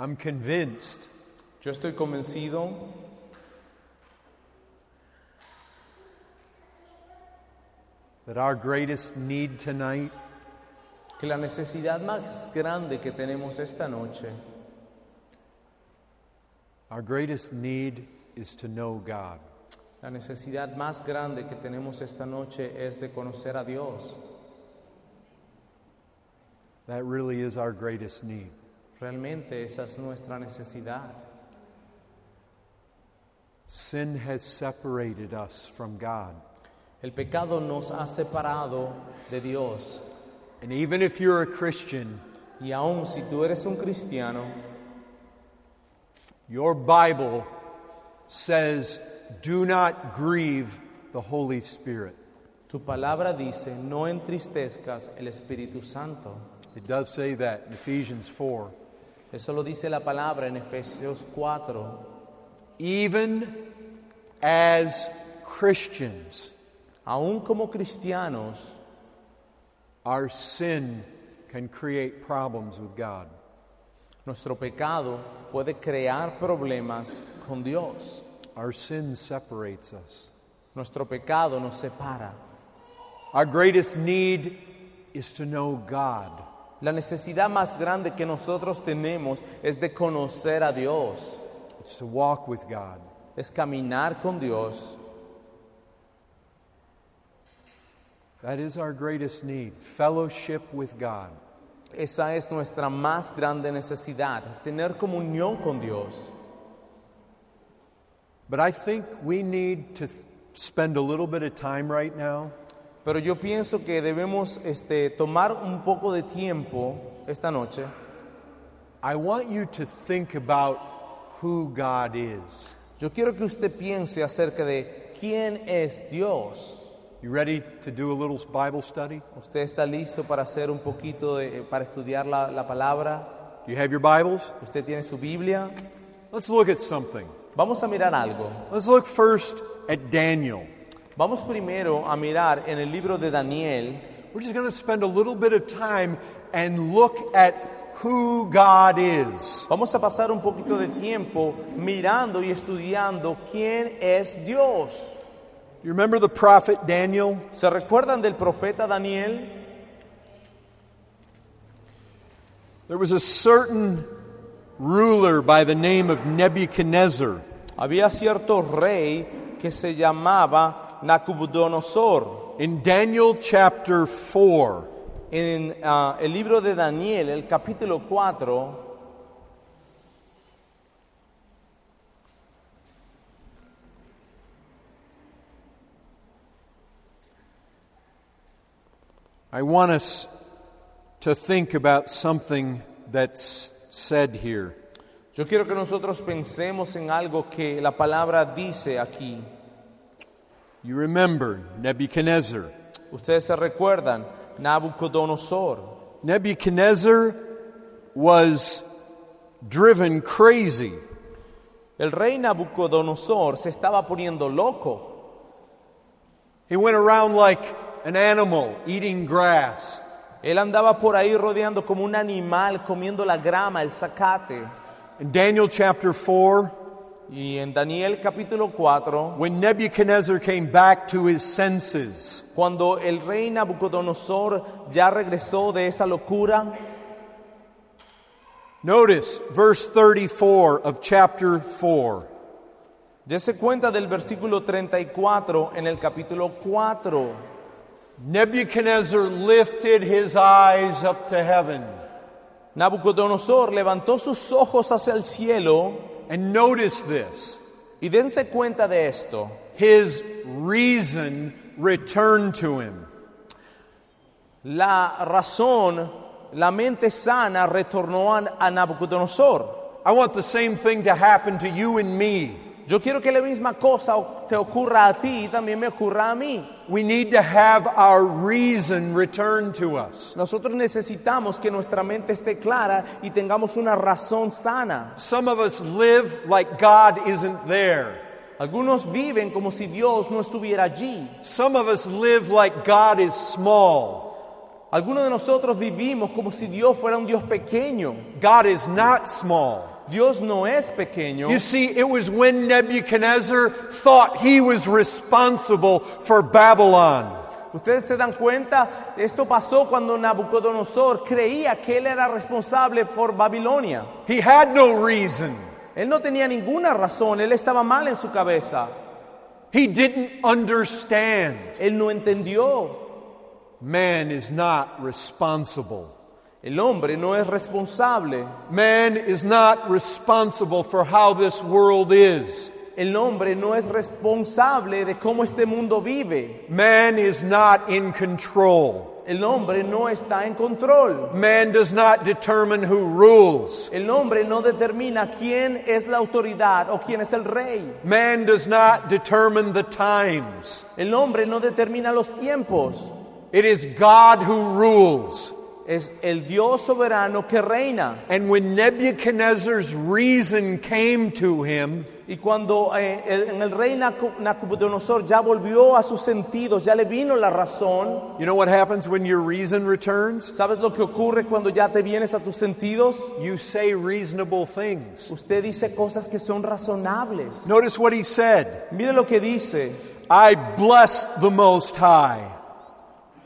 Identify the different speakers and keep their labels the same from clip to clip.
Speaker 1: I'm convinced
Speaker 2: Yo estoy convencido
Speaker 1: that our greatest need tonight
Speaker 2: que la necesidad más grande que tenemos esta noche,
Speaker 1: Our greatest need is to know God.
Speaker 2: la necesidad más grande que tenemos esta noche es de conocer a Dios.
Speaker 1: That really is our greatest need.
Speaker 2: Realmente esa es nuestra necesidad.
Speaker 1: Sin has separated us from God.
Speaker 2: El pecado nos ha separado de Dios.
Speaker 1: And even if you're a Christian,
Speaker 2: Y aun si tú eres un cristiano,
Speaker 1: your Bible says, do not grieve the Holy Spirit.
Speaker 2: tu palabra dice, no entristezcas el Espíritu Santo.
Speaker 1: It does say that in Ephesians 4.
Speaker 2: Eso lo dice la palabra en Efesios 4.
Speaker 1: Even as Christians,
Speaker 2: Aún como cristianos,
Speaker 1: our sin can create problems with God.
Speaker 2: nuestro pecado puede crear problemas con Dios.
Speaker 1: Our sin separates us.
Speaker 2: Nuestro pecado nos separa.
Speaker 1: Our greatest need is to know God.
Speaker 2: La necesidad más grande que nosotros tenemos es de conocer a Dios,
Speaker 1: It's to walk with God.
Speaker 2: es caminar con Dios.
Speaker 1: That is our greatest need fellowship with God.
Speaker 2: Esa es nuestra más grande necesidad, tener comunión con Dios.
Speaker 1: But I think we need to th- spend a little bit of time right now
Speaker 2: Pero yo pienso que debemos este, tomar un poco de tiempo esta noche.
Speaker 1: I want you to think about who God is.
Speaker 2: Yo quiero que usted piense acerca de quién es Dios.
Speaker 1: You ready to do a little Bible study?
Speaker 2: ¿Usted está listo para hacer un poquito, de- eh, para estudiar la, la palabra?
Speaker 1: Do you have your Bibles?
Speaker 2: ¿Usted tiene su Biblia?
Speaker 1: Let's look at something.
Speaker 2: Vamos a mirar algo.
Speaker 1: Let's look first at Daniel.
Speaker 2: Vamos primero a mirar en el libro de Daniel.
Speaker 1: We're just going to spend a little bit of time and look at who God is.
Speaker 2: Vamos a pasar un poquito de tiempo mirando y estudiando quién es Dios.
Speaker 1: You remember the prophet Daniel?
Speaker 2: ¿Se recuerdan del profeta Daniel?
Speaker 1: There was a certain ruler by the name of Nebuchadnezzar.
Speaker 2: Había cierto rey que se llamaba Nabucodonosor.
Speaker 1: In Daniel chapter 4,
Speaker 2: En ah, el libro de Daniel, el capítulo 4,
Speaker 1: I want us to think about something that's said here.
Speaker 2: yo quiero que nosotros pensemos en algo que la palabra dice aquí.
Speaker 1: You remember Nebuchadnezzar.
Speaker 2: Ustedes se recuerdan, Nabucodonosor.
Speaker 1: Nebuchadnezzar was driven crazy.
Speaker 2: El rey Nabucodonosor se estaba poniendo loco.
Speaker 1: He went around like an animal eating grass.
Speaker 2: Él andaba por ahí rodeando como un animal, comiendo la grama, el zacate.
Speaker 1: In Daniel chapter 4,
Speaker 2: Y en Daniel capítulo 4
Speaker 1: when Nebuchadnezzar came back to his senses,
Speaker 2: Cuando el rey Nabucodonosor ya regresó de esa locura,
Speaker 1: Notice verse 34 of chapter 4.
Speaker 2: dése cuenta del versículo 34 en el capítulo 4.
Speaker 1: Nebuchadnezzar lifted his eyes up to heaven.
Speaker 2: Nabucodonosor levantó sus ojos hacia el cielo
Speaker 1: And notice this
Speaker 2: y dense cuenta de esto.
Speaker 1: his reason returned to him.
Speaker 2: La razón, la mente sana retornó a, a Nabucodonosor.
Speaker 1: I want the same thing to happen to you and me.
Speaker 2: Yo quiero que la misma cosa te ocurra a ti y también me ocurra a mí.
Speaker 1: We need to have our reason returned to us.
Speaker 2: Nosotros necesitamos que nuestra mente esté clara y tengamos una razón sana.
Speaker 1: Some of us live like God isn't there.
Speaker 2: Algunos viven como si Dios no estuviera allí.
Speaker 1: Some of us live like God is small.
Speaker 2: Algunos de nosotros vivimos como si Dios fuera un Dios pequeño.
Speaker 1: God is not small.
Speaker 2: Dios no es pequeño.
Speaker 1: You see, it was when Nebuchadnezzar thought he was responsible for Babylon.
Speaker 2: Ustedes se dan cuenta, esto pasó cuando Nabucodonosor creía que él era responsable por Babilonia.
Speaker 1: He had no reason.
Speaker 2: Él no tenía ninguna razón, él estaba mal en su cabeza.
Speaker 1: He didn't understand.
Speaker 2: Él no entendió.
Speaker 1: Man is not responsible.
Speaker 2: El hombre no es responsable.
Speaker 1: Man is not responsible for how this world is.
Speaker 2: El hombre no es responsable de cómo este mundo vive.
Speaker 1: Man is not in control.
Speaker 2: El hombre no está en control.
Speaker 1: Man does not determine who rules.
Speaker 2: El hombre no determina quién es la autoridad o quién es el rey.
Speaker 1: Man does not determine the times.
Speaker 2: El hombre no determina los tiempos.
Speaker 1: It is God who rules.
Speaker 2: Es el Dios soberano que reina.
Speaker 1: And when Nebuchadnezzar's reason came to him,
Speaker 2: Y cuando eh, el, en el rey Nacu- Nabucodonosor ya volvió a sus sentidos, ya le vino la razón,
Speaker 1: you know what happens when your reason returns?
Speaker 2: ¿sabes lo que ocurre cuando ya te vienes a tus sentidos?
Speaker 1: You say reasonable things.
Speaker 2: Usted dice cosas que son razonables.
Speaker 1: Notice what he said
Speaker 2: Mire lo que dice.
Speaker 1: I blessed the Most High,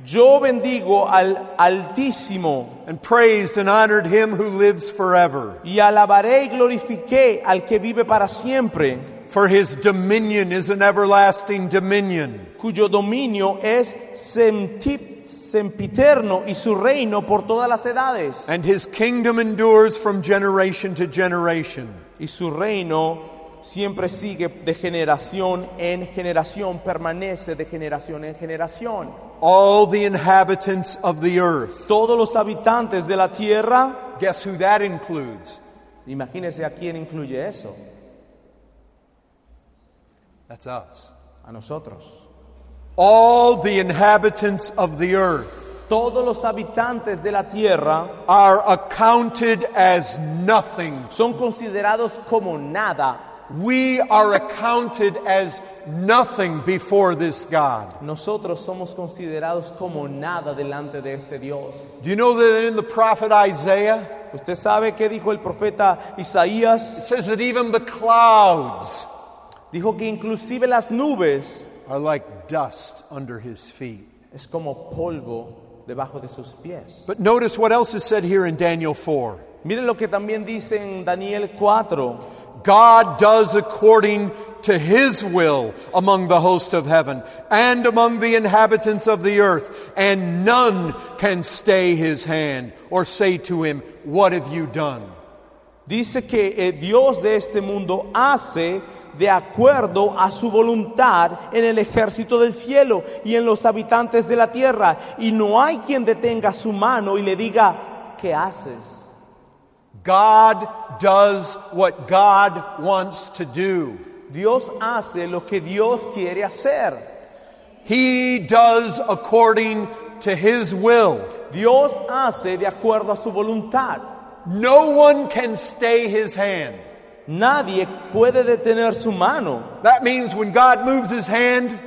Speaker 2: Yo bendigo al Altísimo
Speaker 1: and praised and honored him who lives forever.
Speaker 2: y alabaré y glorifiqué al que vive para siempre,
Speaker 1: For his dominion is an everlasting dominion.
Speaker 2: cuyo dominio es semti- sempiterno y su reino por todas las edades.
Speaker 1: And his kingdom endures from generation to generation.
Speaker 2: Y su reino siempre sigue de generación en generación, permanece de generación en generación.
Speaker 1: All the inhabitants of the earth.
Speaker 2: Todos los habitantes de la tierra,
Speaker 1: Guess who that includes?
Speaker 2: imagínense a quién incluye eso,
Speaker 1: That's us.
Speaker 2: a nosotros.
Speaker 1: All the inhabitants of the earth
Speaker 2: Todos los habitantes de la tierra
Speaker 1: are accounted as nothing.
Speaker 2: son considerados como nada.
Speaker 1: We are accounted as nothing before this God.
Speaker 2: Nosotros somos considerados como nada delante de este Dios.
Speaker 1: Do you know that in the prophet Isaiah,
Speaker 2: Usted sabe qué dijo el profeta Isaías.
Speaker 1: it says that even the clouds
Speaker 2: Dijo que inclusive las nubes
Speaker 1: are like dust under his feet.
Speaker 2: es como polvo debajo de sus pies.
Speaker 1: But notice what else is said here in Daniel 4.
Speaker 2: Miren lo que también dice en Daniel 4.
Speaker 1: God does according to his will among the host of heaven and among the inhabitants of the earth, and none can stay his hand or say to him, What have you done?
Speaker 2: Dice que el Dios de este mundo hace de acuerdo a su voluntad en el ejército del cielo y en los habitantes de la tierra. Y no hay quien detenga su mano y le diga, ¿qué haces?
Speaker 1: God does what God wants to do.
Speaker 2: Dios hace lo que Dios quiere hacer.
Speaker 1: He does according to his will.
Speaker 2: Dios hace de acuerdo a su voluntad.
Speaker 1: No one can stay his hand.
Speaker 2: Nadie puede detener su mano.
Speaker 1: That means when God moves his hand,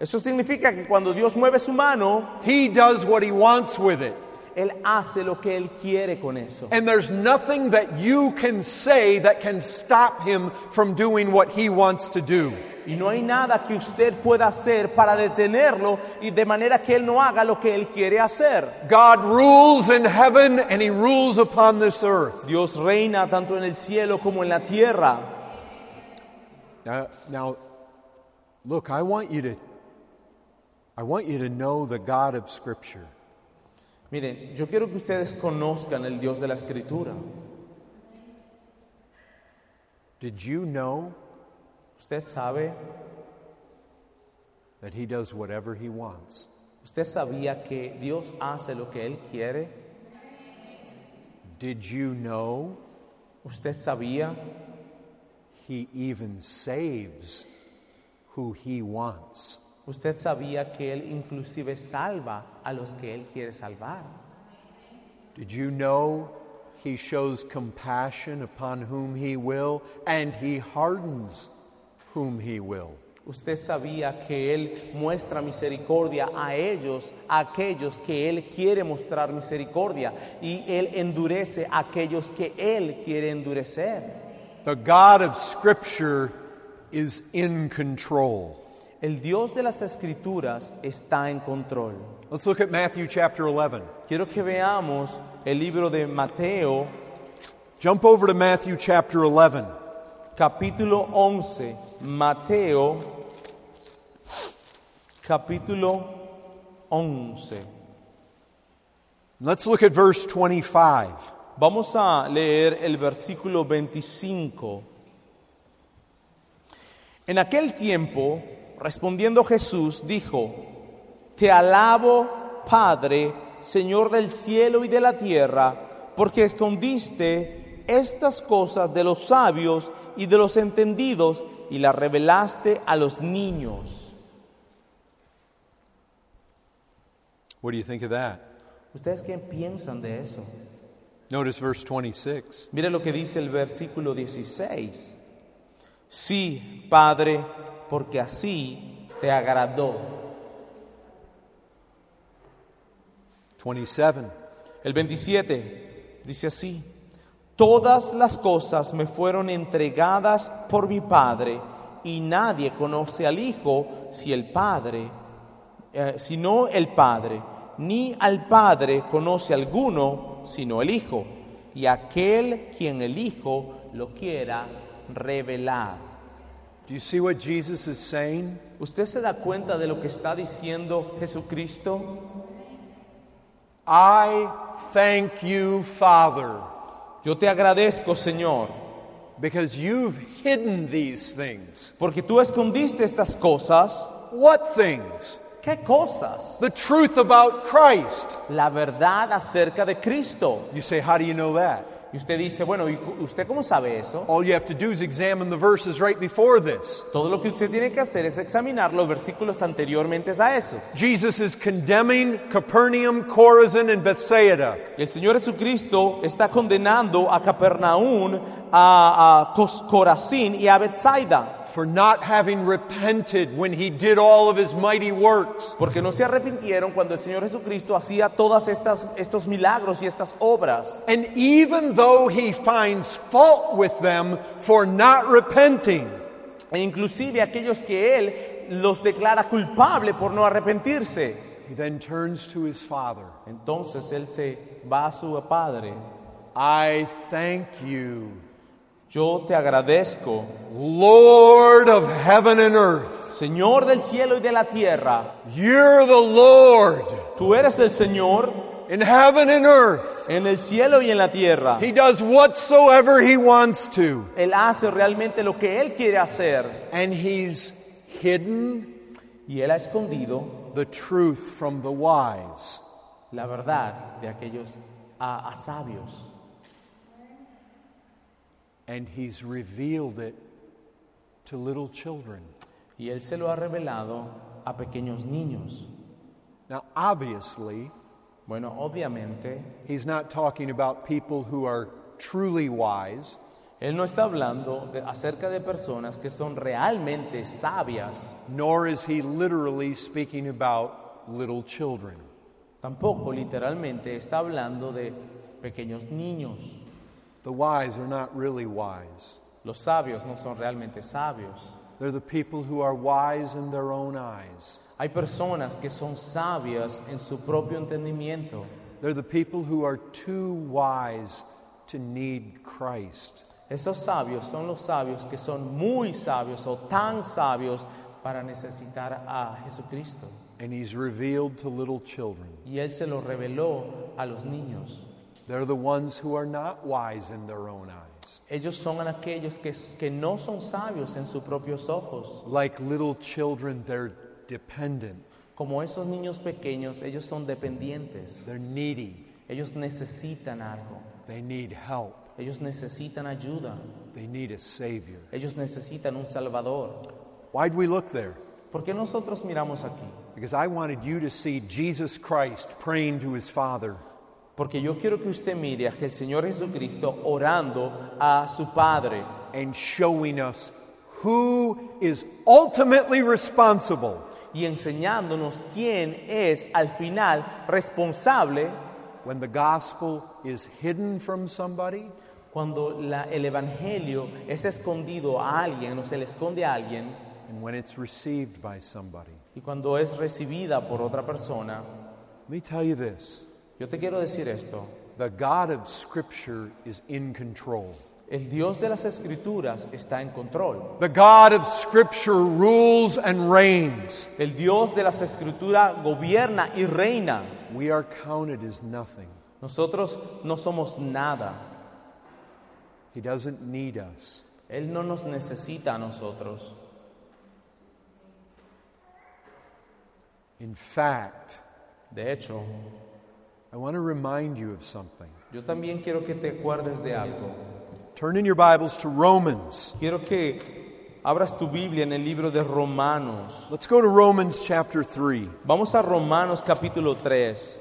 Speaker 2: Eso significa que cuando Dios mueve su mano,
Speaker 1: he does what he wants with it.
Speaker 2: Él hace lo que Él quiere con eso.
Speaker 1: And there's nothing that you can say that can stop him from doing what he wants to do.
Speaker 2: Y no hay nada que usted pueda hacer para detenerlo y de manera que él no haga lo que él quiere hacer.
Speaker 1: God rules in heaven and he rules upon this earth.
Speaker 2: Dios reina tanto en el cielo como en la tierra.
Speaker 1: Now, now look, I want you to I want you to know the God of scripture.
Speaker 2: Miren, yo quiero que ustedes conozcan el Dios de la Escritura.
Speaker 1: Did you know
Speaker 2: Usted sabe,
Speaker 1: that he does whatever he wants?
Speaker 2: usted sabía que Dios hace lo que él quiere.
Speaker 1: Did you know
Speaker 2: Usted sabía,
Speaker 1: he even saves who he wants?
Speaker 2: usted sabía que él inclusive salva a los que él quiere salvar.
Speaker 1: Did you know he shows compassion upon whom he will and he hardens whom he will?
Speaker 2: Usted sabía que Él muestra misericordia a ellos, a aquellos que Él quiere mostrar misericordia, y Él endurece a aquellos que Él quiere endurecer.
Speaker 1: The God of Scripture is in control.
Speaker 2: El Dios de las Escrituras está en control.
Speaker 1: Let's look at Matthew chapter 11.
Speaker 2: Quiero que veamos el libro de Mateo,
Speaker 1: Jump over to Matthew chapter 11.
Speaker 2: capítulo 11. Mateo, capítulo 11.
Speaker 1: Let's look at verse 25.
Speaker 2: Vamos a leer el versículo 25. En aquel tiempo, respondiendo Jesús, dijo, Te alabo, Padre, Señor del cielo y de la tierra, porque escondiste estas cosas de los sabios y de los entendidos y las revelaste a los niños.
Speaker 1: What do you think of that?
Speaker 2: ¿Ustedes qué piensan de eso?
Speaker 1: Notice verse 26.
Speaker 2: Mire lo que dice el versículo 16. Sí, Padre, porque así te agradó.
Speaker 1: 27.
Speaker 2: El 27 dice así, todas las cosas me fueron entregadas por mi Padre y nadie conoce al Hijo si el Padre, eh, sino el Padre, ni al Padre conoce alguno sino el Hijo y aquel quien el Hijo lo quiera revelar.
Speaker 1: Do you see what Jesus is saying?
Speaker 2: ¿Usted se da cuenta de lo que está diciendo Jesucristo?
Speaker 1: I thank you, Father,
Speaker 2: Yo te agradezco, Señor,
Speaker 1: because you've hidden these things.
Speaker 2: porque tú escondiste estas cosas.
Speaker 1: What things?
Speaker 2: ¿Qué cosas?
Speaker 1: The truth about Christ.
Speaker 2: La verdad acerca de Cristo.
Speaker 1: You say, How do you know that?
Speaker 2: Y usted dice, bueno, ¿y cu- usted cómo sabe eso?
Speaker 1: All you have to do is examine the verses right before this.
Speaker 2: Todo lo que usted tiene que hacer es examinar los versículos anteriormente a esos.
Speaker 1: Jesus is condemning Capernaum, Chorazin, and Bethsaida.
Speaker 2: El Señor Jesucristo está condenando a Capernaum, a, a Cos- Corazín y a Bethsaida,
Speaker 1: for not having repented when he did all of his mighty works.
Speaker 2: porque no se arrepintieron cuando el Señor Jesucristo hacía todos estos milagros y estas obras.
Speaker 1: And even though he finds fault with them for not repenting,
Speaker 2: E inclusive aquellos que él los declara culpable por no arrepentirse.
Speaker 1: he then turns to his father.
Speaker 2: Entonces él se va a su padre.
Speaker 1: I thank you,
Speaker 2: Yo te agradezco,
Speaker 1: Lord of heaven and earth.
Speaker 2: Señor del cielo y de la tierra.
Speaker 1: You're the Lord
Speaker 2: Tú eres el Señor
Speaker 1: in heaven and earth.
Speaker 2: en el cielo y en la tierra.
Speaker 1: He does whatsoever he wants to,
Speaker 2: Él hace realmente lo que él quiere hacer.
Speaker 1: and he's hidden
Speaker 2: Y él ha escondido
Speaker 1: the truth from the wise.
Speaker 2: la verdad de aquellos a, a sabios.
Speaker 1: and he's revealed it to little children.
Speaker 2: Y él se lo ha revelado a pequeños niños.
Speaker 1: Now, obviously,
Speaker 2: Bueno, obviamente
Speaker 1: he's not talking about people who are truly wise,
Speaker 2: Él no está hablando de- acerca de personas que son realmente sabias,
Speaker 1: nor is he literally speaking about little children.
Speaker 2: tampoco literalmente está hablando de pequeños niños.
Speaker 1: The wise are not really wise,
Speaker 2: Los sabios no son realmente sabios.
Speaker 1: they're the people who are wise in their own eyes.
Speaker 2: Hay personas que son sabias en su propio entendimiento.
Speaker 1: They're the people who are too wise to need Christ.
Speaker 2: Esos sabios son los sabios que son muy sabios o tan sabios para necesitar a Jesucristo.
Speaker 1: And he's revealed to little children.
Speaker 2: Y Él se lo reveló a los niños.
Speaker 1: They're the ones who are not wise in their own eyes.
Speaker 2: Ellos son aquellos que, que no son sabios en sus propios ojos.
Speaker 1: Like little children, they're dependent,
Speaker 2: Como esos niños pequeños, ellos son dependientes,
Speaker 1: they're needy,
Speaker 2: ellos necesitan algo,
Speaker 1: they need help,
Speaker 2: ellos necesitan ayuda,
Speaker 1: they need a Savior.
Speaker 2: ellos necesitan un Salvador.
Speaker 1: Why'd we look there?
Speaker 2: ¿Por qué nosotros miramos aquí?
Speaker 1: Because I wanted you to see Jesus Christ praying to his Father.
Speaker 2: Porque yo quiero que usted mire a que el Señor Jesucristo orando a su Padre
Speaker 1: and showing us who is ultimately responsible
Speaker 2: y enseñándonos quién es al final responsable
Speaker 1: when the gospel is hidden from somebody
Speaker 2: cuando la- el Evangelio es escondido a alguien o se le esconde a alguien
Speaker 1: and when it's received by somebody.
Speaker 2: y cuando es recibida por otra persona.
Speaker 1: Let me tell you this
Speaker 2: Yo te quiero decir esto,
Speaker 1: the God of Scripture is in control.
Speaker 2: el Dios de las Escrituras está en control.
Speaker 1: The God of Scripture rules and reigns.
Speaker 2: El Dios de las Escrituras gobierna y reina.
Speaker 1: We are counted as nothing.
Speaker 2: Nosotros no somos nada.
Speaker 1: He doesn't need us.
Speaker 2: Él no nos necesita a nosotros.
Speaker 1: In fact,
Speaker 2: De hecho,
Speaker 1: I want to remind you of something.
Speaker 2: yo también quiero que te acuerdes de algo.
Speaker 1: Turn in your Bibles to Romans.
Speaker 2: Quiero que abras tu Biblia en el libro de Romanos.
Speaker 1: Let's go to Romans chapter 3.
Speaker 2: Vamos a Romanos capítulo 3.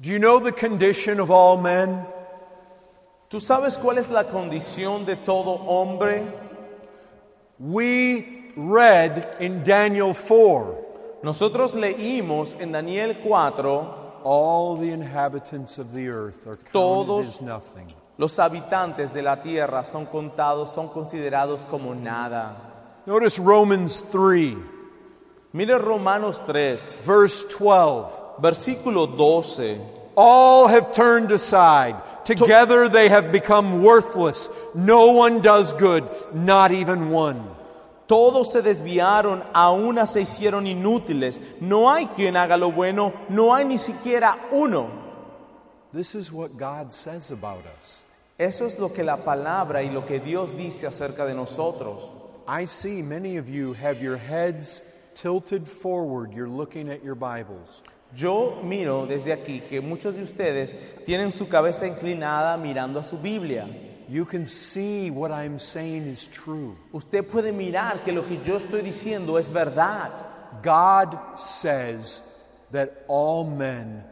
Speaker 1: Do you know the condition of all men?
Speaker 2: ¿Tú sabes cuál es la condición de todo hombre?
Speaker 1: We read in Daniel 4
Speaker 2: Nosotros leímos en Daniel 4,
Speaker 1: all the inhabitants of the earth are counted
Speaker 2: Todos-
Speaker 1: as nothing.
Speaker 2: los habitantes de la tierra son contados, son considerados como nada.
Speaker 1: Notice Romans 3,
Speaker 2: Mire Romanos 3,
Speaker 1: verse 12.
Speaker 2: versículo 12.
Speaker 1: All have turned aside. Together they have become worthless. No one does good, not even one.
Speaker 2: Todos se desviaron, a una se hicieron inútiles. No hay quien haga lo bueno, no hay ni siquiera uno.
Speaker 1: This is what God says about us.
Speaker 2: Eso es lo que la palabra y lo que Dios dice acerca de nosotros.
Speaker 1: I see many of you have your heads tilted forward. You're looking at your Bibles.
Speaker 2: Yo miro desde aquí que muchos de ustedes tienen su cabeza inclinada mirando a su Biblia.
Speaker 1: You can see what I'm saying is true.
Speaker 2: Usted puede mirar que lo que yo estoy diciendo es verdad.
Speaker 1: God says that all men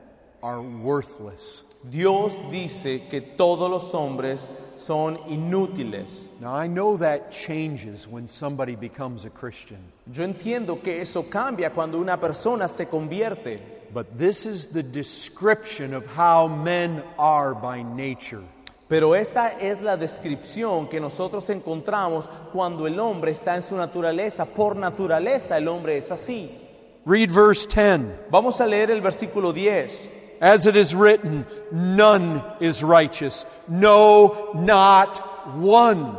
Speaker 1: are worthless.
Speaker 2: Dios dice que todos los hombres son inútiles.
Speaker 1: Now, I know that changes when somebody becomes a Christian,
Speaker 2: Yo entiendo que eso cambia cuando una persona se convierte,
Speaker 1: but this is the description of how men are by nature.
Speaker 2: pero esta es la descripción que nosotros encontramos cuando el hombre está en su naturaleza. Por naturaleza el hombre es así.
Speaker 1: Read verse 10.
Speaker 2: Vamos a leer el versículo 10.
Speaker 1: As it is written, none is righteous, no, not one.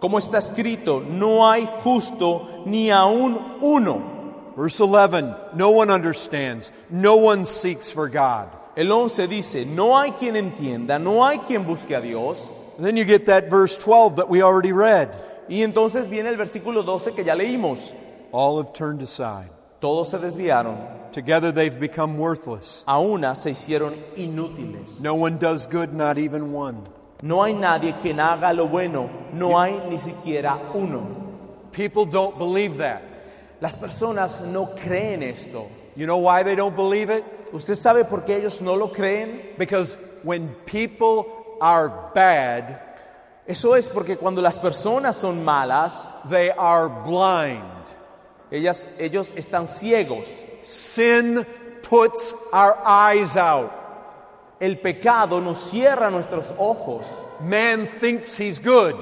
Speaker 2: Como está escrito, no hay justo ni aún uno.
Speaker 1: Verse 11, no one understands, no one seeks for God.
Speaker 2: El 11 dice, no hay quien entienda, no hay quien busque a Dios.
Speaker 1: Then you get that verse 12 that we already read.
Speaker 2: Y entonces viene el versículo 12 que ya leímos.
Speaker 1: All have turned aside.
Speaker 2: Todos se desviaron,
Speaker 1: Together they've become worthless.
Speaker 2: a una se hicieron inútiles.
Speaker 1: No one does good, not even one.
Speaker 2: No hay nadie quien haga lo bueno, no hay ni siquiera uno.
Speaker 1: People don't believe that.
Speaker 2: Las personas no creen esto.
Speaker 1: You know why they don't believe it?
Speaker 2: ¿Usted sabe por qué ellos no lo creen?
Speaker 1: Because when people are bad,
Speaker 2: Eso es porque cuando las personas son malas,
Speaker 1: they are blind.
Speaker 2: ellas, ellos están ciegos.
Speaker 1: Sin puts our eyes out.
Speaker 2: El pecado nos cierra nuestros ojos.
Speaker 1: Man thinks he's good.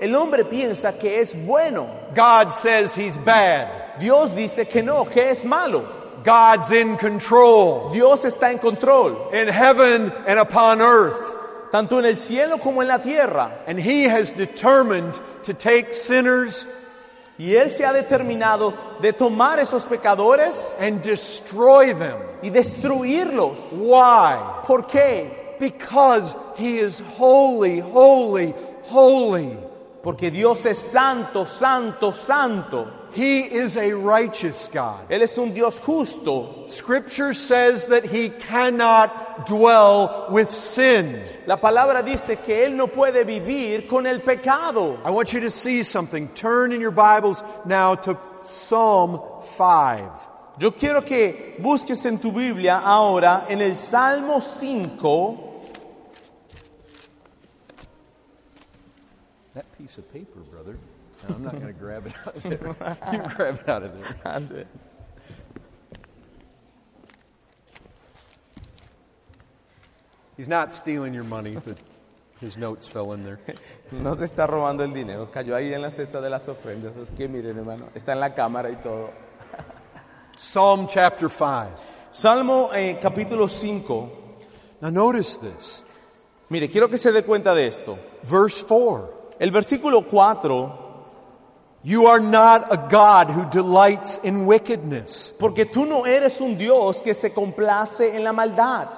Speaker 2: El hombre piensa que es bueno.
Speaker 1: God says he's bad.
Speaker 2: Dios dice que no, que es malo.
Speaker 1: God's in control
Speaker 2: Dios está en control,
Speaker 1: in heaven and upon earth.
Speaker 2: tanto en el cielo como en la tierra.
Speaker 1: And he has determined to take sinners
Speaker 2: Y Él se ha determinado de tomar esos pecadores
Speaker 1: and destroy them.
Speaker 2: y destruirlos.
Speaker 1: Why?
Speaker 2: ¿Por qué?
Speaker 1: Because he is holy, holy, holy.
Speaker 2: Porque Dios es santo, santo, santo.
Speaker 1: He is a righteous God.
Speaker 2: Él es un Dios justo.
Speaker 1: Scripture says that he cannot dwell with sin.
Speaker 2: La palabra dice que Él no puede vivir con el pecado.
Speaker 1: I want you to see something. Turn in your Bibles now to Psalm 5.
Speaker 2: Yo quiero que busques en tu Biblia ahora en el Salmo 5,
Speaker 1: That piece of paper, brother. No, I'm not going to grab it out of there. You grab it out of there. He's not stealing your money. The, his notes fell in there.
Speaker 2: no se está robando el dinero, cayó ahí en la cesta de las ofrendas, es que miren hermano, está en la cámara y todo.
Speaker 1: Psalm chapter 5.
Speaker 2: Salmo eh, capítulo 5,
Speaker 1: Now, notice this.
Speaker 2: mire, quiero que se dé cuenta de esto.
Speaker 1: Verse 4.
Speaker 2: El versículo 4,
Speaker 1: You are not a God who delights in wickedness.
Speaker 2: porque tú no eres un Dios que se complace en la maldad.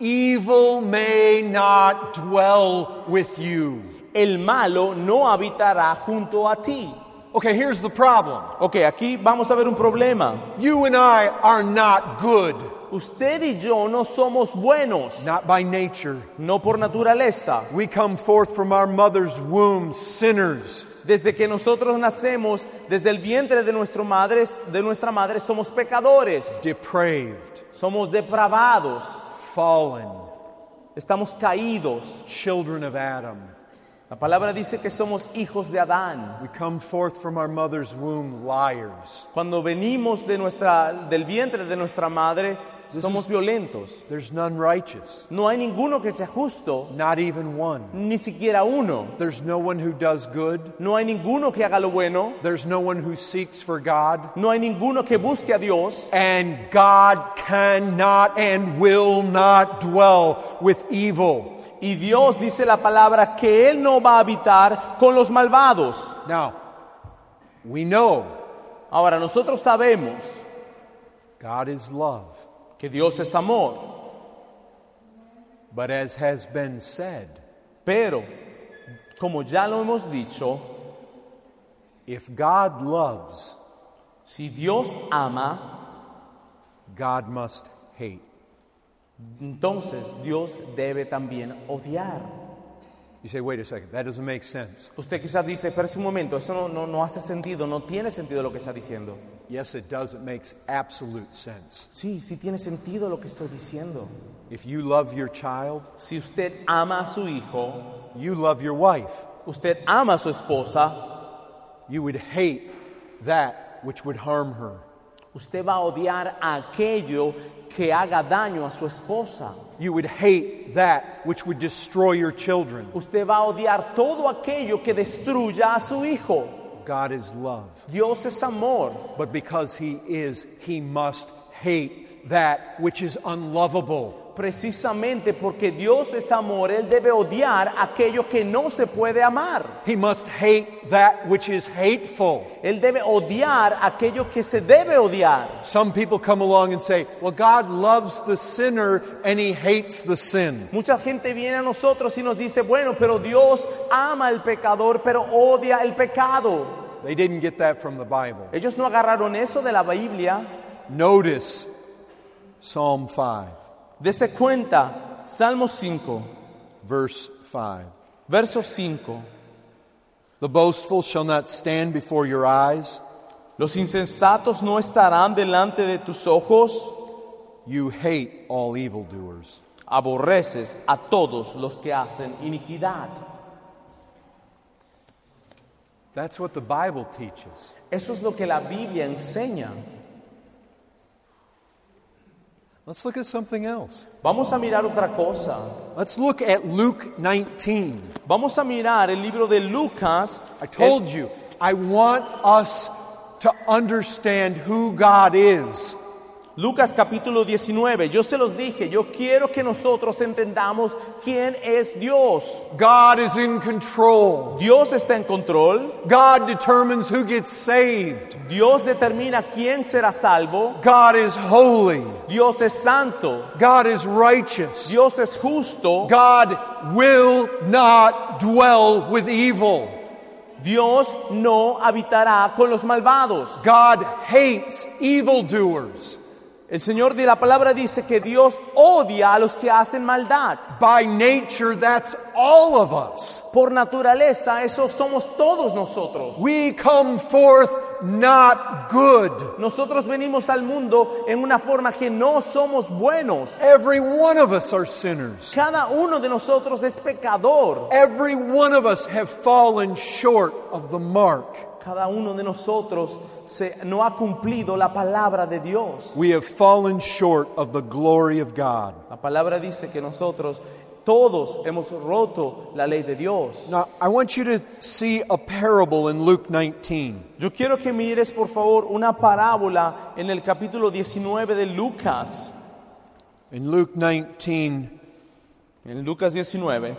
Speaker 1: Evil may not dwell with you.
Speaker 2: El malo no habitará junto a ti.
Speaker 1: Okay, here's the problem.
Speaker 2: Ok, aquí vamos a ver un problema.
Speaker 1: You and I are not good,
Speaker 2: Usted y yo no somos buenos,
Speaker 1: not by nature.
Speaker 2: no por naturaleza.
Speaker 1: We come forth from our mother's womb sinners.
Speaker 2: Desde que nosotros nacemos, desde el vientre de, nuestro madre, de nuestra madre, somos pecadores,
Speaker 1: depraved,
Speaker 2: somos depravados,
Speaker 1: fallen,
Speaker 2: estamos caídos.
Speaker 1: children of Adam.
Speaker 2: La palabra dice que somos hijos de Adán.
Speaker 1: We come forth from our mother's womb liars.
Speaker 2: Cuando venimos de nuestra, del vientre de nuestra madre,
Speaker 1: This
Speaker 2: somos
Speaker 1: is-
Speaker 2: violentos.
Speaker 1: There's none righteous,
Speaker 2: No hay ninguno que sea justo,
Speaker 1: not even one.
Speaker 2: ni siquiera uno.
Speaker 1: There's no one who does good.
Speaker 2: No hay ninguno que haga lo bueno,
Speaker 1: There's no one who seeks for God.
Speaker 2: no hay ninguno que busque a Dios.
Speaker 1: And God cannot and will not dwell with evil.
Speaker 2: Y Dios dice la palabra que Él no va a habitar con los malvados.
Speaker 1: Now, we know
Speaker 2: Ahora, nosotros sabemos
Speaker 1: God is love,
Speaker 2: que Dios es amor,
Speaker 1: but as has been said,
Speaker 2: pero como ya lo hemos dicho,
Speaker 1: if God loves,
Speaker 2: si Dios ama,
Speaker 1: God must hate.
Speaker 2: entonces Dios debe también odiar.
Speaker 1: You say, wait a second, that doesn't make sense.
Speaker 2: Usted quizás dice, espera un momento, eso no, no, no hace sentido, no tiene sentido lo que está diciendo.
Speaker 1: Yes, it does. It makes absolute sense.
Speaker 2: Sí, sí tiene sentido lo que estoy diciendo.
Speaker 1: If you love your child,
Speaker 2: Si usted ama a su hijo,
Speaker 1: you love your wife.
Speaker 2: usted ama a su esposa,
Speaker 1: You would hate that which would harm her.
Speaker 2: usted va a odiar a aquello que haga daño a su esposa.
Speaker 1: You would hate that which would destroy your children.
Speaker 2: Usted va a odiar todo aquello que destruya a su hijo.
Speaker 1: God is love.
Speaker 2: Dios es amor.
Speaker 1: But because He is, He must hate that which is unlovable.
Speaker 2: Precisamente porque Dios es amor, Él debe odiar aquello que no se puede amar.
Speaker 1: He must hate that which is hateful.
Speaker 2: Él debe odiar aquello que se debe odiar.
Speaker 1: Some people come along and say, well, God loves the sinner and He hates the sin.
Speaker 2: Mucha gente viene a nosotros y nos dice, bueno, pero Dios ama al pecador, pero odia el pecado.
Speaker 1: They didn't get that from the Bible.
Speaker 2: Ellos no agarraron eso de la Biblia.
Speaker 1: Notice Psalm 5,
Speaker 2: Dese cuenta, Salmo 5,
Speaker 1: verse 5.
Speaker 2: verso 5.
Speaker 1: The boastful shall not stand before your eyes.
Speaker 2: Los insensatos no estarán delante de tus ojos.
Speaker 1: You hate all evildoers.
Speaker 2: Aborreces a todos los que hacen iniquidad.
Speaker 1: That's what the Bible teaches.
Speaker 2: Eso es lo que la Biblia enseña.
Speaker 1: Let's look at something else.
Speaker 2: Vamos a mirar otra cosa.
Speaker 1: Let's look at Luke 19.
Speaker 2: Vamos a mirar el libro de Lucas.
Speaker 1: I told
Speaker 2: El-
Speaker 1: you, I want us to understand who God is.
Speaker 2: Lucas capítulo 19. Yo se los dije, yo quiero que nosotros entendamos quién es Dios.
Speaker 1: God is in control.
Speaker 2: Dios está en control.
Speaker 1: God determines who gets saved.
Speaker 2: Dios determina quién será salvo.
Speaker 1: God is holy.
Speaker 2: Dios es santo.
Speaker 1: God is righteous.
Speaker 2: Dios es justo.
Speaker 1: God will not dwell with evil.
Speaker 2: Dios no habitará con los malvados.
Speaker 1: God hates evildoers.
Speaker 2: El Señor de la palabra dice que Dios odia a los que hacen maldad.
Speaker 1: By nature, that's all of us.
Speaker 2: Por naturaleza, eso somos todos nosotros.
Speaker 1: We come forth not good.
Speaker 2: Nosotros venimos al mundo en una forma que no somos buenos.
Speaker 1: Every one of us are sinners.
Speaker 2: Cada uno de nosotros es pecador.
Speaker 1: Every one of us have fallen short of the mark.
Speaker 2: Cada uno de nosotros se- no ha cumplido la palabra de Dios.
Speaker 1: We have fallen short of the glory of God.
Speaker 2: La palabra dice que nosotros todos hemos roto la ley de Dios.
Speaker 1: Now, I want you to see a parable in Luke 19.
Speaker 2: Yo quiero que mires por favor una parábola en el capítulo 19 de Lucas.
Speaker 1: In Luke 19,
Speaker 2: En Lucas 19,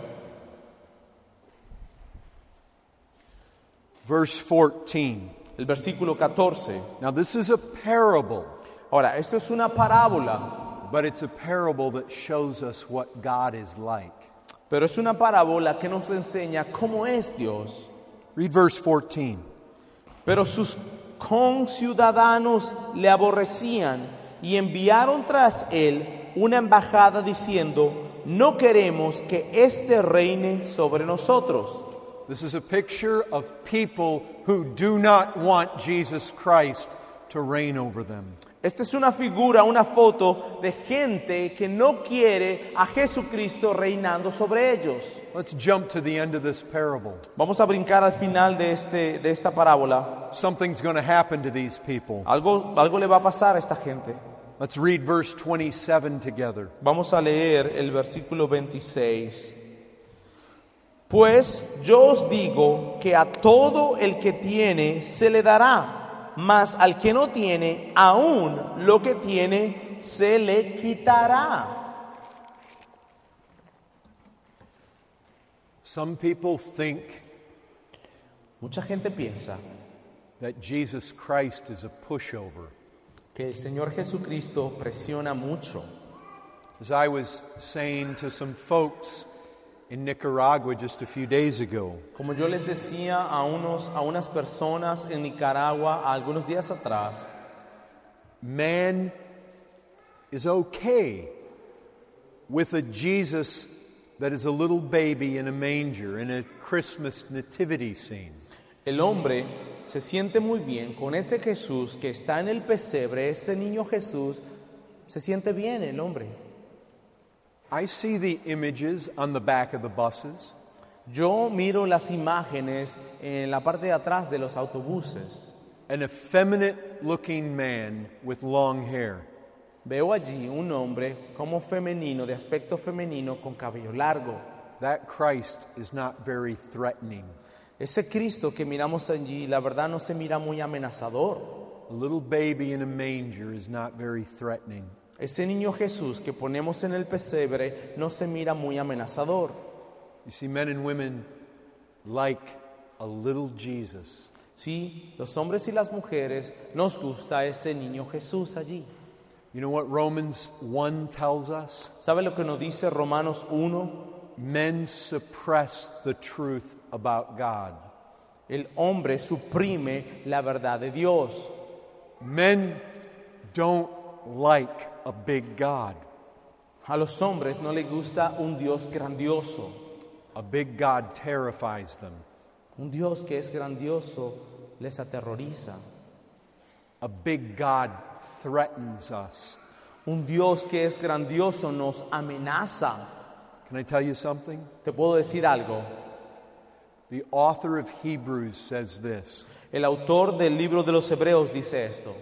Speaker 1: verse 14.
Speaker 2: el versículo 14.
Speaker 1: Now, this is a parable,
Speaker 2: Ahora, esto es una parábola,
Speaker 1: but it's a parable that shows us what God is like.
Speaker 2: pero es una parábola que nos enseña cómo es Dios.
Speaker 1: Read verse 14.
Speaker 2: Pero sus conciudadanos le aborrecían y enviaron tras él una embajada diciendo, no queremos que éste reine sobre nosotros.
Speaker 1: This is a picture of people who do not want Jesus Christ to reign over them.
Speaker 2: Esta es una figura, una foto de gente que no quiere a Jesucristo reinando sobre ellos.
Speaker 1: Let's jump to the end of this parable.
Speaker 2: Vamos a brincar al final de, este, de esta parábola.
Speaker 1: Something's going to happen to these people.
Speaker 2: Algo, algo le va a pasar a esta gente.
Speaker 1: Let's read verse 27 together.
Speaker 2: Vamos a leer el versículo 26. Pues yo os digo que a todo el que tiene se le dará, mas al que no tiene, aún lo que tiene se le quitará.
Speaker 1: Some people think
Speaker 2: Mucha gente piensa
Speaker 1: that Jesus Christ is a pushover.
Speaker 2: que el Señor Jesucristo presiona mucho.
Speaker 1: As I was saying to some folks in Nicaragua just a few days ago,
Speaker 2: Como yo les decía a, unos, a unas personas en Nicaragua algunos días atrás,
Speaker 1: man is okay with a Jesus that is a little baby in a manger in a Christmas nativity scene.
Speaker 2: El hombre se siente muy bien con ese Jesús que está en el pesebre, ese niño Jesús, se siente bien el hombre.
Speaker 1: I see the images on the back of the buses.
Speaker 2: Yo miro las imágenes en la parte de atrás de los autobuses.
Speaker 1: An effeminate looking man with long hair.
Speaker 2: Veo allí un hombre como femenino, de aspecto femenino, con cabello largo.
Speaker 1: That Christ is not very threatening.
Speaker 2: Ese Cristo que miramos allí, la verdad no se mira muy amenazador.
Speaker 1: A little baby in a manger is not very threatening.
Speaker 2: Ese niño Jesús que ponemos en el pesebre no se mira muy amenazador.
Speaker 1: You see, men and women like a little Jesus.
Speaker 2: Sí, los hombres y las mujeres nos gusta ese niño Jesús allí.
Speaker 1: You know what Romans 1 tells us?
Speaker 2: ¿Sabe lo que nos dice Romanos 1?
Speaker 1: Men suppress the truth about God.
Speaker 2: El hombre suprime la verdad de Dios.
Speaker 1: Men don't like a big God.
Speaker 2: A los hombres no les gusta un Dios grandioso.
Speaker 1: A big God terrifies them.
Speaker 2: Un Dios que es grandioso les aterroriza.
Speaker 1: A big God threatens us.
Speaker 2: Un Dios que es grandioso nos amenaza.
Speaker 1: Can I tell you something?
Speaker 2: Te puedo decir algo.
Speaker 1: The author of Hebrews says this
Speaker 2: El autor del libro de los Hebreos dice esto.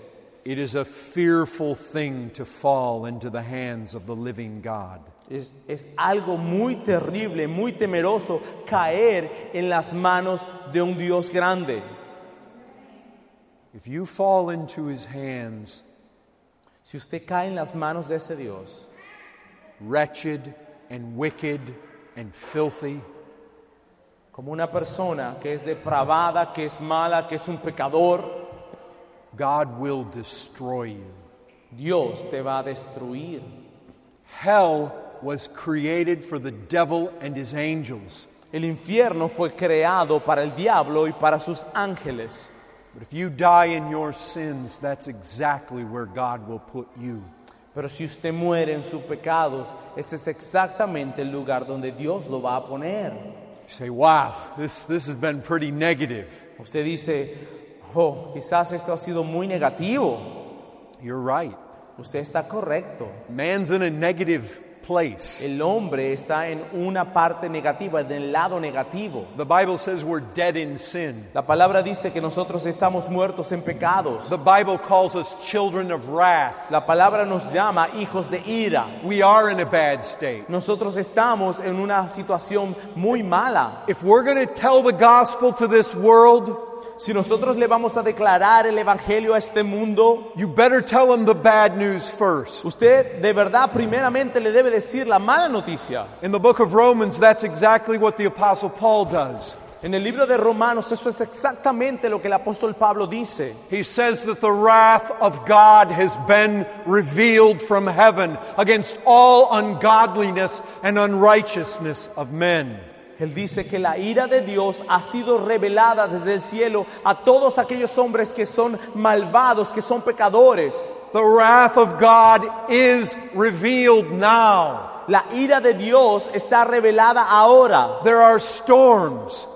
Speaker 1: It is a fearful thing to fall into the hands of the living God.
Speaker 2: Es, es algo muy terrible, muy temeroso caer en las manos de un Dios grande.
Speaker 1: If you fall into his hands,
Speaker 2: Si usted cae en las manos de ese Dios,
Speaker 1: wretched and wicked and filthy,
Speaker 2: como una persona que es depravada, que es mala, que es un pecador,
Speaker 1: God will destroy you.
Speaker 2: Dios te va a destruir.
Speaker 1: Hell was created for the devil and his angels.
Speaker 2: El infierno fue creado para el diablo y para sus ángeles.
Speaker 1: But if you die in your sins, that's exactly where God will put you.
Speaker 2: Pero si usted muere en sus pecados, ese es exactamente el lugar donde Dios lo va a poner.
Speaker 1: You say, wow, this, this has been pretty negative.
Speaker 2: Usted dice, Oh, quizás esto ha sido muy negativo.
Speaker 1: You're right.
Speaker 2: Usted está correcto.
Speaker 1: Man's in a negative place.
Speaker 2: El hombre está en una parte negativa, en el lado negativo.
Speaker 1: The Bible says we're dead in sin.
Speaker 2: La palabra dice que nosotros estamos muertos en pecados.
Speaker 1: The Bible calls us children of wrath.
Speaker 2: La palabra nos llama hijos de ira.
Speaker 1: We are in a bad state.
Speaker 2: Nosotros estamos en una situación muy mala.
Speaker 1: If we're going to tell the gospel to this world,
Speaker 2: Si nosotros le vamos a declarar el Evangelio a este mundo,
Speaker 1: you better tell them the bad news first.
Speaker 2: usted de verdad primeramente le debe decir la mala noticia.
Speaker 1: In the book of Romans, that's exactly what the Apostle Paul does.
Speaker 2: En el libro de Romanos eso es exactamente lo que el apóstol Pablo dice.
Speaker 1: He says that the wrath of God has been revealed from heaven against all ungodliness and unrighteousness of men.
Speaker 2: Él dice que la ira de Dios ha sido revelada desde el cielo a todos aquellos hombres que son malvados, que son pecadores.
Speaker 1: The wrath of God is revealed now.
Speaker 2: La ira de Dios está revelada ahora.
Speaker 1: There are storms.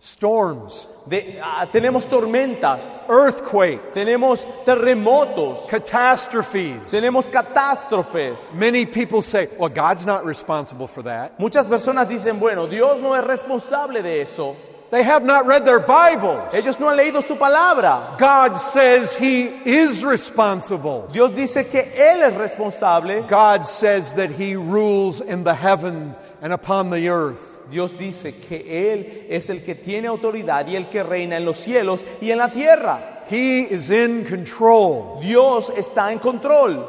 Speaker 1: Storms,
Speaker 2: De- ah, tenemos tormentas,
Speaker 1: earthquakes,
Speaker 2: tenemos terremotos,
Speaker 1: catastrophes.
Speaker 2: tenemos catástrofes.
Speaker 1: Many people say, well, God's not responsible for that.
Speaker 2: Muchas personas dicen, bueno, Dios no es responsable de eso.
Speaker 1: They have not read their Bibles.
Speaker 2: Ellos no han leído su palabra.
Speaker 1: God says He is responsible.
Speaker 2: Dios dice que Él es responsable.
Speaker 1: God says that He rules in the heaven and upon the earth.
Speaker 2: Dios dice que Él es el que tiene autoridad y el que reina en los cielos y en la tierra.
Speaker 1: He is in control.
Speaker 2: Dios está en control.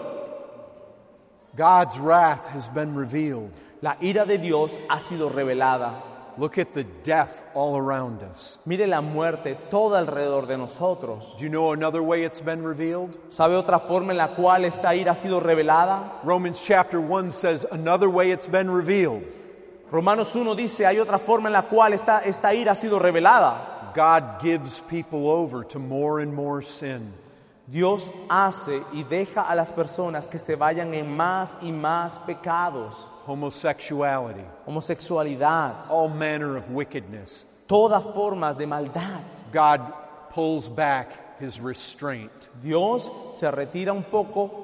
Speaker 1: God's wrath has been revealed.
Speaker 2: La ira de Dios ha sido revelada.
Speaker 1: Look at the death all around us.
Speaker 2: Mire la muerte toda alrededor de nosotros.
Speaker 1: Do you know another way it's been revealed?
Speaker 2: ¿Sabe otra forma en la cual esta ira ha sido revelada?
Speaker 1: Romans chapter 1 says another way it's been revealed.
Speaker 2: Romanos 1 dice, hay otra forma en la cual esta, esta ira ha sido revelada.
Speaker 1: God gives people over to more and more sin.
Speaker 2: Dios hace y deja a las personas que se vayan en más y más pecados.
Speaker 1: Homosexuality,
Speaker 2: Homosexualidad,
Speaker 1: all manner of wickedness.
Speaker 2: todas formas de maldad.
Speaker 1: God pulls back his restraint.
Speaker 2: Dios se retira un poco.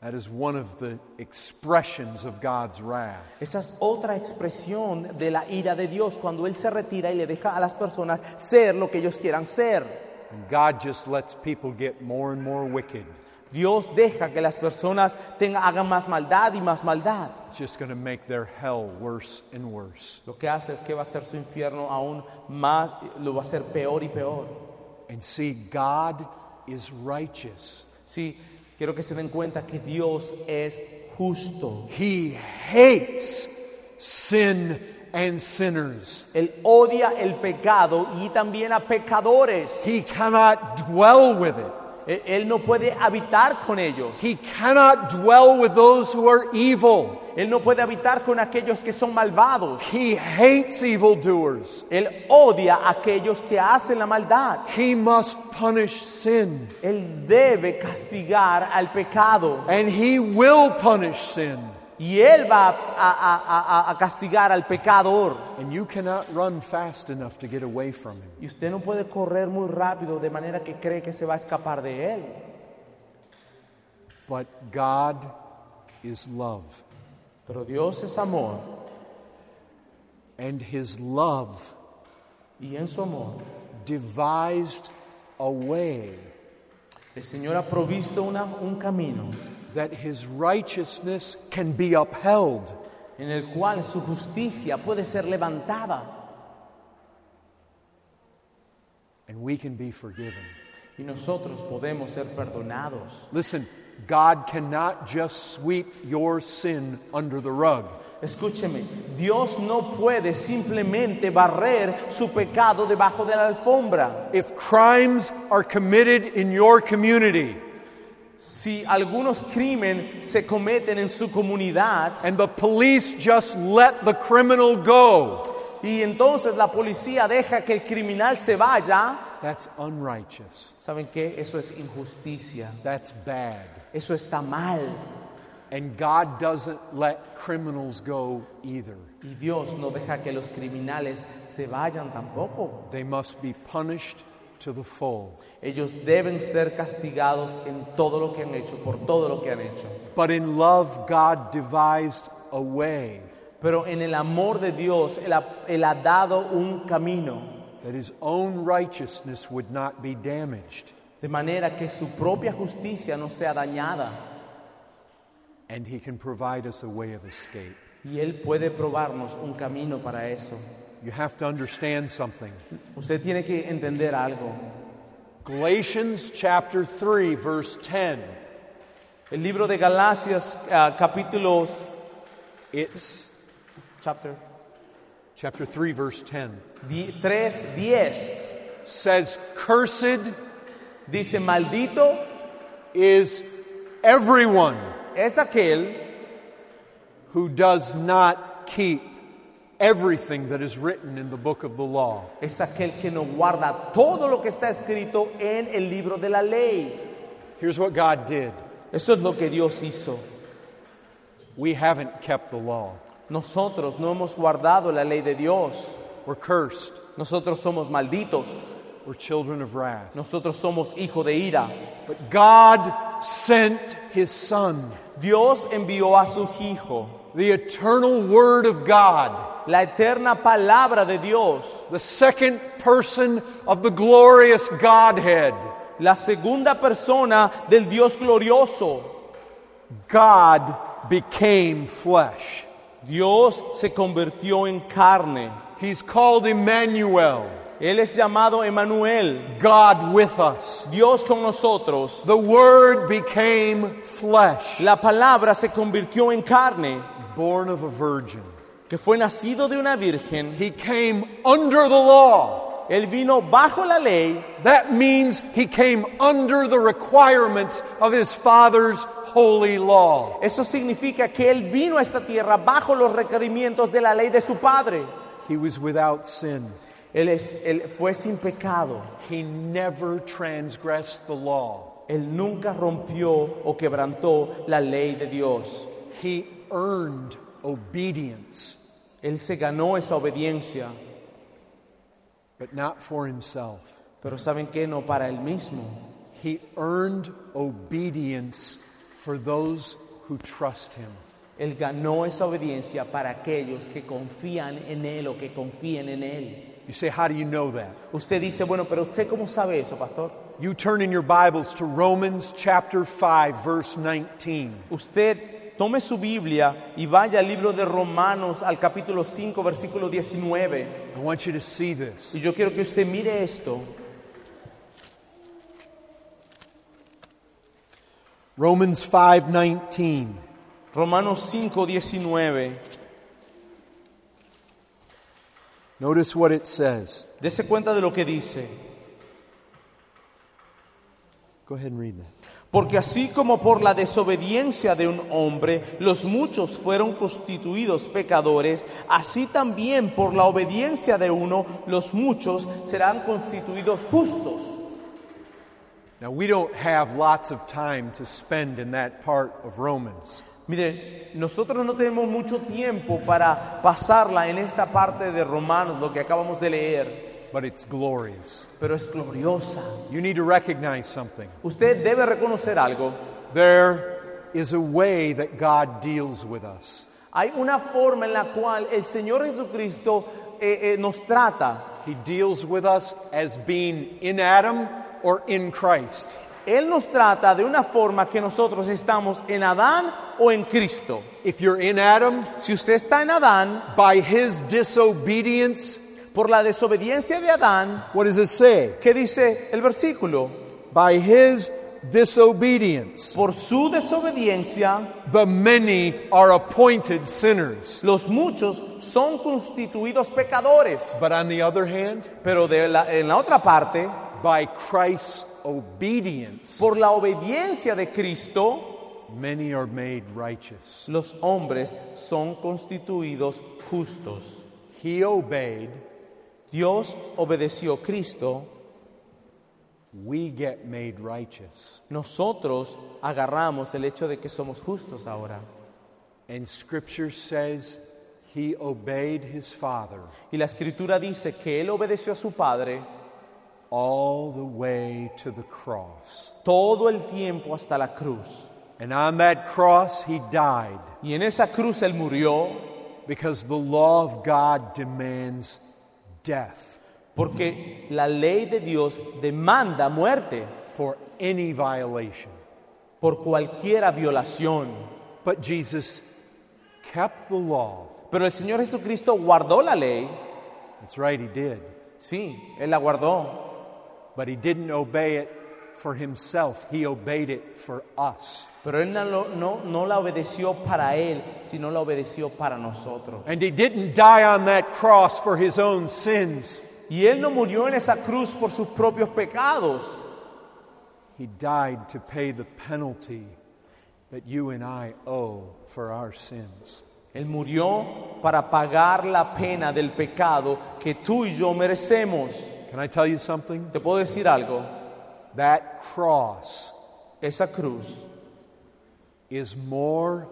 Speaker 1: That is one of the expressions of God's wrath.
Speaker 2: Esa es otra expresión de la ira de Dios, cuando Él se retira y le deja a las personas ser lo que ellos quieran ser.
Speaker 1: And God just lets people get more and more wicked.
Speaker 2: Dios deja que las personas tengan, hagan más maldad y más maldad.
Speaker 1: It's just going to make their hell worse and worse.
Speaker 2: Lo que hace es que va a hacer su infierno aún más, lo va a hacer peor y peor.
Speaker 1: And see, God is righteous.
Speaker 2: Sí, quiero que se den cuenta que Dios es justo.
Speaker 1: He hates sin and sinners.
Speaker 2: Él odia el pecado y también a pecadores.
Speaker 1: He cannot dwell with it.
Speaker 2: Él- él no puede habitar con ellos.
Speaker 1: He cannot dwell with those who are evil.
Speaker 2: Él no puede habitar con aquellos que son malvados.
Speaker 1: He hates evildoers.
Speaker 2: Él odia a aquellos que hacen la maldad.
Speaker 1: He must punish sin.
Speaker 2: Él debe castigar al pecado.
Speaker 1: And he will punish sin.
Speaker 2: Y Él va a, a- a- a castigar al pecador.
Speaker 1: And you cannot run fast enough to get away from him.
Speaker 2: Y usted no puede correr muy rápido de manera que cree que se va a escapar de Él.
Speaker 1: But God is love.
Speaker 2: Pero Dios es amor.
Speaker 1: And his love
Speaker 2: Y en su amor,
Speaker 1: devised a way
Speaker 2: el Señor ha provisto una- un camino
Speaker 1: that his righteousness can be upheld.
Speaker 2: en el cual su justicia puede ser levantada
Speaker 1: And we can be forgiven.
Speaker 2: y nosotros podemos ser perdonados.
Speaker 1: Listen, God cannot just sweep your sin under the rug.
Speaker 2: Escúcheme, Dios no puede simplemente barrer su pecado debajo de la alfombra.
Speaker 1: If crimes are committed in your community
Speaker 2: Si algunos crímenes se cometen en su comunidad
Speaker 1: and the police just let the criminal go,
Speaker 2: y entonces la policía deja que el criminal se vaya,
Speaker 1: That's unrighteous.
Speaker 2: ¿saben qué? Eso es injusticia,
Speaker 1: That's bad.
Speaker 2: eso está mal.
Speaker 1: And God doesn't let criminals go either.
Speaker 2: Y Dios no deja que los criminales se vayan tampoco.
Speaker 1: They must be punished to the full.
Speaker 2: Ellos deben ser castigados en todo lo que han hecho, por todo lo que han hecho.
Speaker 1: But in love, God devised a way
Speaker 2: Pero en el amor de Dios, Él ha, Él ha dado un camino
Speaker 1: that his own righteousness would not be damaged.
Speaker 2: de manera que su propia justicia no sea dañada.
Speaker 1: And he can provide us a way of escape.
Speaker 2: Y Él puede probarnos un camino para eso.
Speaker 1: You have to understand something.
Speaker 2: Usted tiene que entender algo.
Speaker 1: Galatians chapter 3, verse 10.
Speaker 2: El libro de Galacias, ah, capítulos,
Speaker 1: It's
Speaker 2: chapter
Speaker 1: chapter 3, verse 10.
Speaker 2: 3, 10,
Speaker 1: Says, Cursed
Speaker 2: dice, maldito
Speaker 1: is everyone
Speaker 2: es aquel
Speaker 1: who does not keep everything that is written in the book of the law.
Speaker 2: es aquel que no guarda todo lo que está escrito en el libro de la ley.
Speaker 1: Here's what God did
Speaker 2: Esto es lo que Dios hizo.
Speaker 1: we haven't kept the law,
Speaker 2: Nosotros no hemos guardado la ley de Dios.
Speaker 1: we're cursed,
Speaker 2: Nosotros somos malditos.
Speaker 1: we're children of wrath.
Speaker 2: Nosotros somos hijo de ira.
Speaker 1: But God sent his Son,
Speaker 2: Dios envió a su hijo,
Speaker 1: the eternal Word of God,
Speaker 2: la eterna palabra de Dios,
Speaker 1: the second person of the glorious Godhead.
Speaker 2: la segunda persona del Dios glorioso.
Speaker 1: God became flesh.
Speaker 2: Dios se convirtió en carne.
Speaker 1: He's called Emmanuel,
Speaker 2: Él es llamado Emanuel,
Speaker 1: God with us.
Speaker 2: Dios con nosotros.
Speaker 1: The Word became flesh,
Speaker 2: La palabra se convirtió en carne,
Speaker 1: born of a virgin.
Speaker 2: que fue nacido de una virgen.
Speaker 1: He came under the law.
Speaker 2: Él vino bajo la ley,
Speaker 1: That means he came under the requirements of his Father's holy law.
Speaker 2: Eso significa que Él vino a esta tierra bajo los requerimientos de la ley de su Padre.
Speaker 1: He was without sin.
Speaker 2: Él, es, él fue sin pecado.
Speaker 1: He never transgressed the law.
Speaker 2: Él nunca rompió o quebrantó la ley de Dios.
Speaker 1: He earned obedience,
Speaker 2: Él se ganó esa obediencia.
Speaker 1: but not for himself.
Speaker 2: Pero ¿saben qué? No para Él mismo.
Speaker 1: He earned obedience for those who trust him.
Speaker 2: Él ganó esa obediencia para aquellos que confían en Él o que confíen en Él.
Speaker 1: You say, How do you know that?
Speaker 2: Usted dice, bueno, pero ¿usted cómo sabe eso, pastor?
Speaker 1: You turn in your Bibles to Romans chapter 5, verse 19.
Speaker 2: Usted tome su Biblia y vaya al libro de Romanos al capítulo 5, versículo 19.
Speaker 1: I want you to see
Speaker 2: Y
Speaker 1: this.
Speaker 2: yo quiero que usted mire esto.
Speaker 1: Romans 5 19.
Speaker 2: Romanos 5, 19.
Speaker 1: Notice what it says.
Speaker 2: Dese cuenta de lo que dice.
Speaker 1: Go ahead and read that.
Speaker 2: Porque así como por la desobediencia de un hombre los muchos fueron constituidos pecadores, así también por la obediencia de uno los muchos serán constituidos justos.
Speaker 1: Now, we don't have lots of time to spend in that part of Romans.
Speaker 2: Mire, nosotros no tenemos mucho tiempo para pasarla en esta parte de Romanos, lo que acabamos de leer,
Speaker 1: but it's glorious.
Speaker 2: pero es gloriosa.
Speaker 1: You need to recognize something.
Speaker 2: Usted debe reconocer algo.
Speaker 1: There is a way that God deals with us.
Speaker 2: Hay una forma en la cual el Señor Jesucristo eh, eh, nos trata.
Speaker 1: He deals with us as being in Adam or in Christ.
Speaker 2: Él nos trata de una forma que nosotros estamos en Adán o en Cristo.
Speaker 1: If you're in Adam,
Speaker 2: Si usted está en Adán,
Speaker 1: by his disobedience,
Speaker 2: por la desobediencia de Adán,
Speaker 1: what does it say?
Speaker 2: ¿qué dice el versículo?
Speaker 1: By his disobedience,
Speaker 2: Por su desobediencia,
Speaker 1: the many are appointed sinners.
Speaker 2: los muchos son constituidos pecadores.
Speaker 1: But on the other hand,
Speaker 2: Pero de la- en la otra parte,
Speaker 1: by Christ's obedience,
Speaker 2: por la obediencia de Cristo,
Speaker 1: many are made righteous.
Speaker 2: los hombres son constituidos justos.
Speaker 1: He obeyed
Speaker 2: Dios obedeció a Cristo
Speaker 1: we get made righteous.
Speaker 2: Nosotros agarramos el hecho de que somos justos ahora.
Speaker 1: And Scripture says he obeyed his Father
Speaker 2: Y la escritura dice que él obedeció a su Padre
Speaker 1: all the way to the cross.
Speaker 2: todo el tiempo hasta la cruz.
Speaker 1: And on that cross, he died
Speaker 2: Y en esa cruz él murió
Speaker 1: because the law of God demands death
Speaker 2: porque la ley de Dios demanda muerte
Speaker 1: for any violation.
Speaker 2: por cualquiera violación.
Speaker 1: But Jesus kept the law.
Speaker 2: Pero el Señor Jesucristo guardó la ley.
Speaker 1: That's right, he did.
Speaker 2: Sí, él la guardó,
Speaker 1: But he didn't obey it for himself, he obeyed it for us.
Speaker 2: pero él no, lo- no, no la obedeció para él, sino la obedeció para nosotros.
Speaker 1: And he didn't die on that cross for his own sins.
Speaker 2: Y él no murió en esa cruz por sus propios pecados.
Speaker 1: He died to pay the penalty that you and I owe for our sins.
Speaker 2: Él murió para pagar la pena del pecado que tú y yo merecemos.
Speaker 1: Can I tell you something?
Speaker 2: Te puedo decir algo,
Speaker 1: That cross
Speaker 2: esa cruz
Speaker 1: is more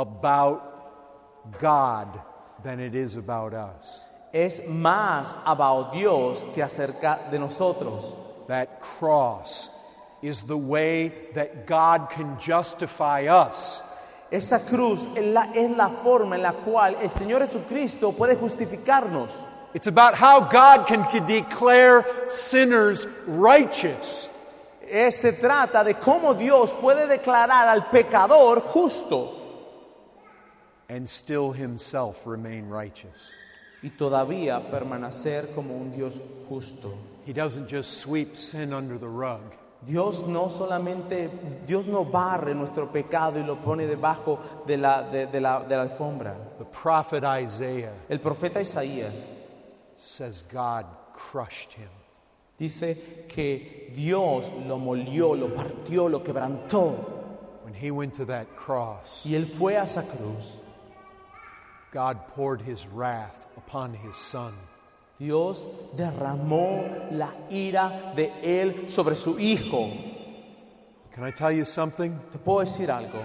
Speaker 1: about God than it is about us.
Speaker 2: es más about Dios que acerca de nosotros.
Speaker 1: That cross is the way that God can justify us.
Speaker 2: Esa cruz es la, es la forma en la cual el Señor Jesucristo puede justificarnos.
Speaker 1: It's about how God can, can declare sinners righteous.
Speaker 2: Eh, se trata de cómo Dios puede declarar al pecador justo
Speaker 1: and still himself remain righteous.
Speaker 2: y todavía permanecer como un Dios justo.
Speaker 1: He doesn't just sweep sin under the rug,
Speaker 2: Dios no solamente, Dios no barre nuestro pecado y lo pone debajo de la, de- de la- de la alfombra.
Speaker 1: the prophet Isaiah
Speaker 2: El profeta Isaías
Speaker 1: says God crushed him.
Speaker 2: dice que Dios lo molió, lo partió, lo quebrantó.
Speaker 1: When he went to that cross,
Speaker 2: Y él fue a esa cruz.
Speaker 1: God poured his wrath upon his son.
Speaker 2: Dios derramó la ira de él sobre su hijo.
Speaker 1: Can I tell you something?
Speaker 2: Te puedo decir algo.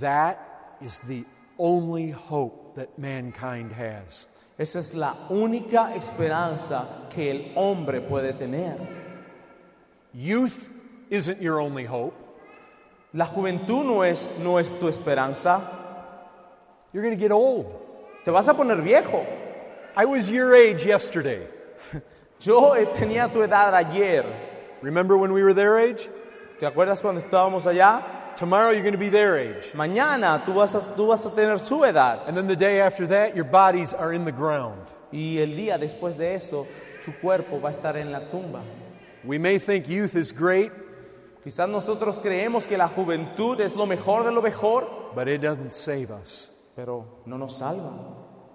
Speaker 1: That is the only hope that mankind has.
Speaker 2: Esa es la única esperanza que el hombre puede tener.
Speaker 1: Youth isn't your only hope.
Speaker 2: La juventud no es, no es tu esperanza.
Speaker 1: You're going to get old.
Speaker 2: Te vas a poner viejo.
Speaker 1: I was your age yesterday.
Speaker 2: Yo eh, tenía tu edad ayer.
Speaker 1: Remember when we were their age?
Speaker 2: ¿Te acuerdas cuando estábamos allá?
Speaker 1: Tomorrow you're going to be their age.
Speaker 2: Mañana tú vas a, tú vas a tener su edad.
Speaker 1: And then the day after that, your bodies are in the ground.
Speaker 2: Y el día después de eso, tu cuerpo va a estar en la tumba.
Speaker 1: We may think youth is great,
Speaker 2: Quizás nosotros creemos que la juventud es lo mejor de lo mejor,
Speaker 1: but it doesn't save us.
Speaker 2: pero no nos salva.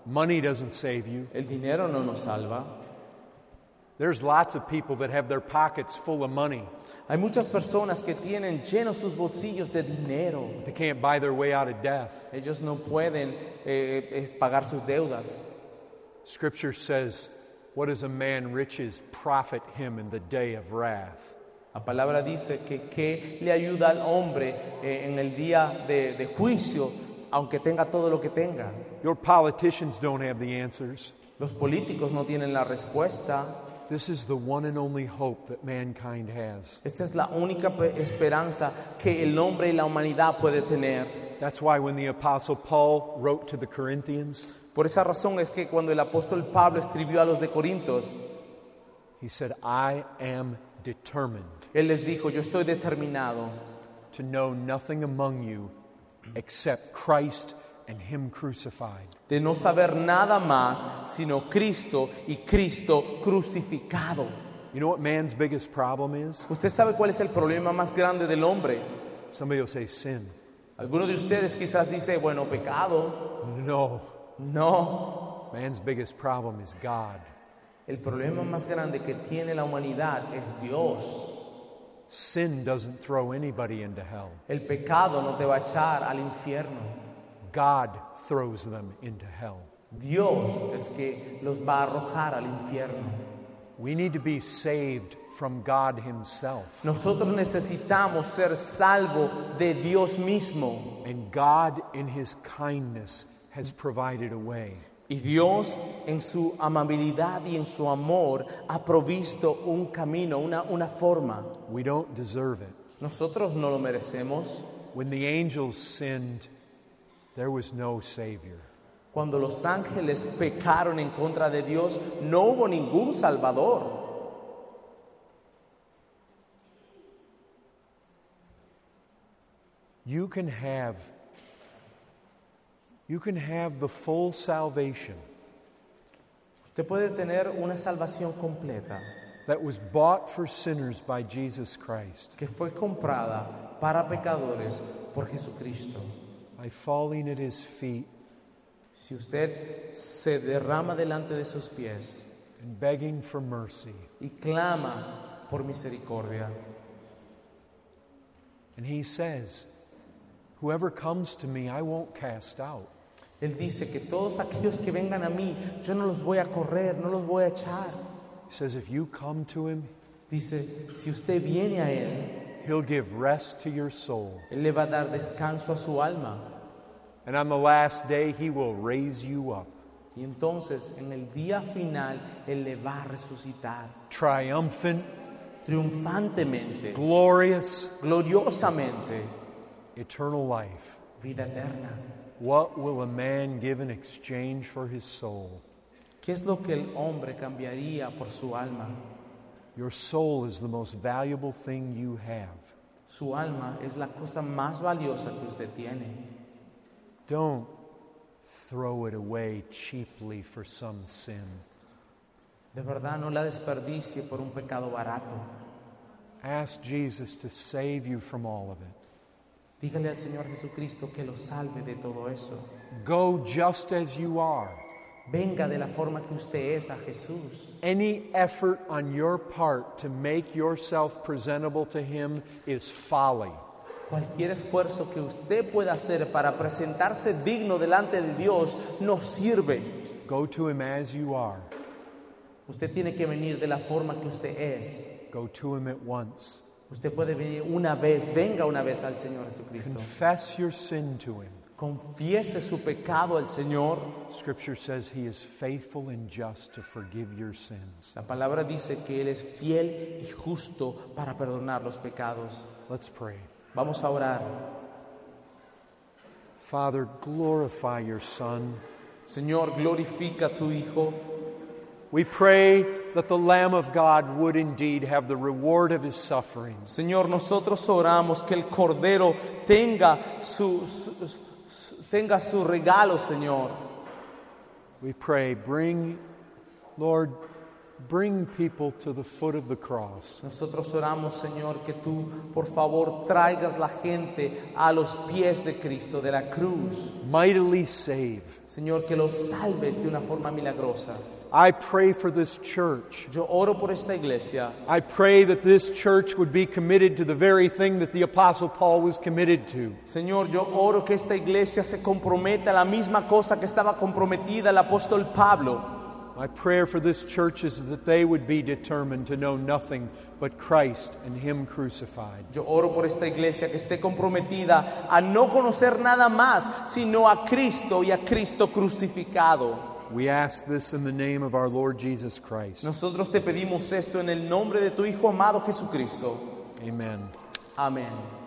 Speaker 1: Money doesn't save you.
Speaker 2: El dinero no nos salva.
Speaker 1: There's lots of people that have their pockets full of money,
Speaker 2: Hay muchas personas que tienen llenos sus bolsillos de dinero.
Speaker 1: but they can't buy their way out of death.
Speaker 2: Ellos no pueden eh, eh, pagar sus deudas.
Speaker 1: Scripture says, What does a man riches profit him in the day of wrath?
Speaker 2: La palabra dice que, que le ayuda al hombre eh, en el día de, de juicio, aunque tenga todo lo que tenga.
Speaker 1: Your politicians don't have the answers.
Speaker 2: Los políticos no tienen la respuesta.
Speaker 1: This is the one and only hope that mankind has.
Speaker 2: Esta es la única pe- esperanza que el hombre y la humanidad puede tener.
Speaker 1: That's why when the Apostle Paul wrote to the Corinthians,
Speaker 2: Por esa razón es que cuando el apóstol Pablo escribió a los de Corintios,
Speaker 1: he said, I am determined.
Speaker 2: él les dijo, yo estoy determinado
Speaker 1: to know nothing among you except Christ and Him crucified.
Speaker 2: de no saber nada más sino Cristo y Cristo crucificado.
Speaker 1: You know what man's biggest problem is?
Speaker 2: ¿Usted sabe cuál es el problema más grande del hombre?
Speaker 1: Somebody will say sin.
Speaker 2: Algunos de ustedes quizás dice, bueno, pecado.
Speaker 1: No,
Speaker 2: No,
Speaker 1: man's biggest problem is God.
Speaker 2: el problema más grande que tiene la humanidad es Dios.
Speaker 1: Sin doesn't throw anybody into hell,
Speaker 2: El pecado no te va a echar al infierno.
Speaker 1: God throws them into hell.
Speaker 2: Dios es que los va a arrojar al infierno.
Speaker 1: We need to be saved from God Himself.
Speaker 2: Nosotros necesitamos ser salvos de Dios mismo.
Speaker 1: And God, in His kindness, has provided a way.
Speaker 2: Y Dios en su amabilidad y en su amor ha provisto un camino, una, una forma.
Speaker 1: We don't deserve it.
Speaker 2: Nosotros no lo merecemos.
Speaker 1: When the angels sinned, there was no Savior.
Speaker 2: Cuando los ángeles pecaron en contra de Dios, no hubo ningún salvador.
Speaker 1: You can have you can have the full salvation
Speaker 2: Usted puede tener una salvación completa
Speaker 1: that was bought for sinners by Jesus Christ
Speaker 2: que fue comprada para pecadores por Jesucristo.
Speaker 1: by falling at his feet
Speaker 2: Si usted se derrama delante de sus pies
Speaker 1: and begging for mercy
Speaker 2: y clama por misericordia,
Speaker 1: and he says whoever comes to me I won't cast out
Speaker 2: Él dice que todos aquellos que vengan a mí, yo no los voy a correr, no los voy a echar.
Speaker 1: he says if you come to him
Speaker 2: Dice, si usted viene a Él,
Speaker 1: he'll give rest to your soul
Speaker 2: Él le va a dar descanso a su alma.
Speaker 1: and on the last day he will raise you up
Speaker 2: Y entonces, en el día final, Él le va a resucitar
Speaker 1: triumphant
Speaker 2: triunfantemente,
Speaker 1: glorious
Speaker 2: gloriosamente,
Speaker 1: eternal life
Speaker 2: vida eterna.
Speaker 1: What will a man give in exchange for his soul?
Speaker 2: ¿Qué es lo que el hombre cambiaría por su alma?
Speaker 1: Your soul is the most valuable thing you have.
Speaker 2: Su alma es la cosa más valiosa que usted tiene.
Speaker 1: Don't throw it away cheaply for some sin.
Speaker 2: De verdad, no la desperdicie por un pecado barato.
Speaker 1: Ask Jesus to save you from all of it.
Speaker 2: Dígale al Señor Jesucristo que lo salve de todo eso.
Speaker 1: Go just as you are.
Speaker 2: Venga de la forma que usted es a Jesús.
Speaker 1: Any effort on your part to make yourself presentable to Him is folly.
Speaker 2: Cualquier esfuerzo que usted pueda hacer para presentarse digno delante de Dios no sirve.
Speaker 1: Go to Him as you are.
Speaker 2: Usted tiene que venir de la forma que usted es.
Speaker 1: Go to Him at once.
Speaker 2: Usted puede venir una vez, venga una vez al Señor Jesucristo.
Speaker 1: Confess your sin to Him.
Speaker 2: Confiese su pecado al Señor.
Speaker 1: Scripture says he is faithful and just to forgive your sins.
Speaker 2: La palabra dice que Él es fiel y justo para perdonar los pecados.
Speaker 1: Let's pray.
Speaker 2: Vamos a orar.
Speaker 1: Father, glorify your Son.
Speaker 2: Señor, glorifica a tu Hijo.
Speaker 1: We pray that the Lamb of God would indeed have the reward of his sufferings.
Speaker 2: Señor, nosotros oramos que el Cordero tenga su, su- su- tenga su regalo, Señor.
Speaker 1: We pray, bring, Lord, bring people to the foot of the cross.
Speaker 2: Nosotros oramos, Señor, que tú, por favor, traigas la gente a los pies de Cristo, de la cruz.
Speaker 1: Mightily save.
Speaker 2: Señor, que los salves de una forma milagrosa.
Speaker 1: I pray for this church.
Speaker 2: Yo oro por esta iglesia.
Speaker 1: I pray that this church would be committed to the very thing that the Apostle Paul was committed to.
Speaker 2: Señor, yo oro que esta iglesia se comprometa a la misma cosa que estaba comprometida el apóstol Pablo.
Speaker 1: My prayer for this church is that they would be determined to know nothing but Christ and Him crucified.
Speaker 2: Yo oro por esta iglesia que esté comprometida a no conocer nada más, sino a Cristo y a Cristo crucificado.
Speaker 1: We ask this in the name of our Lord Jesus Christ.
Speaker 2: Nosotros te pedimos esto en el nombre de tu Hijo amado Jesucristo.
Speaker 1: Amen.
Speaker 2: Amén.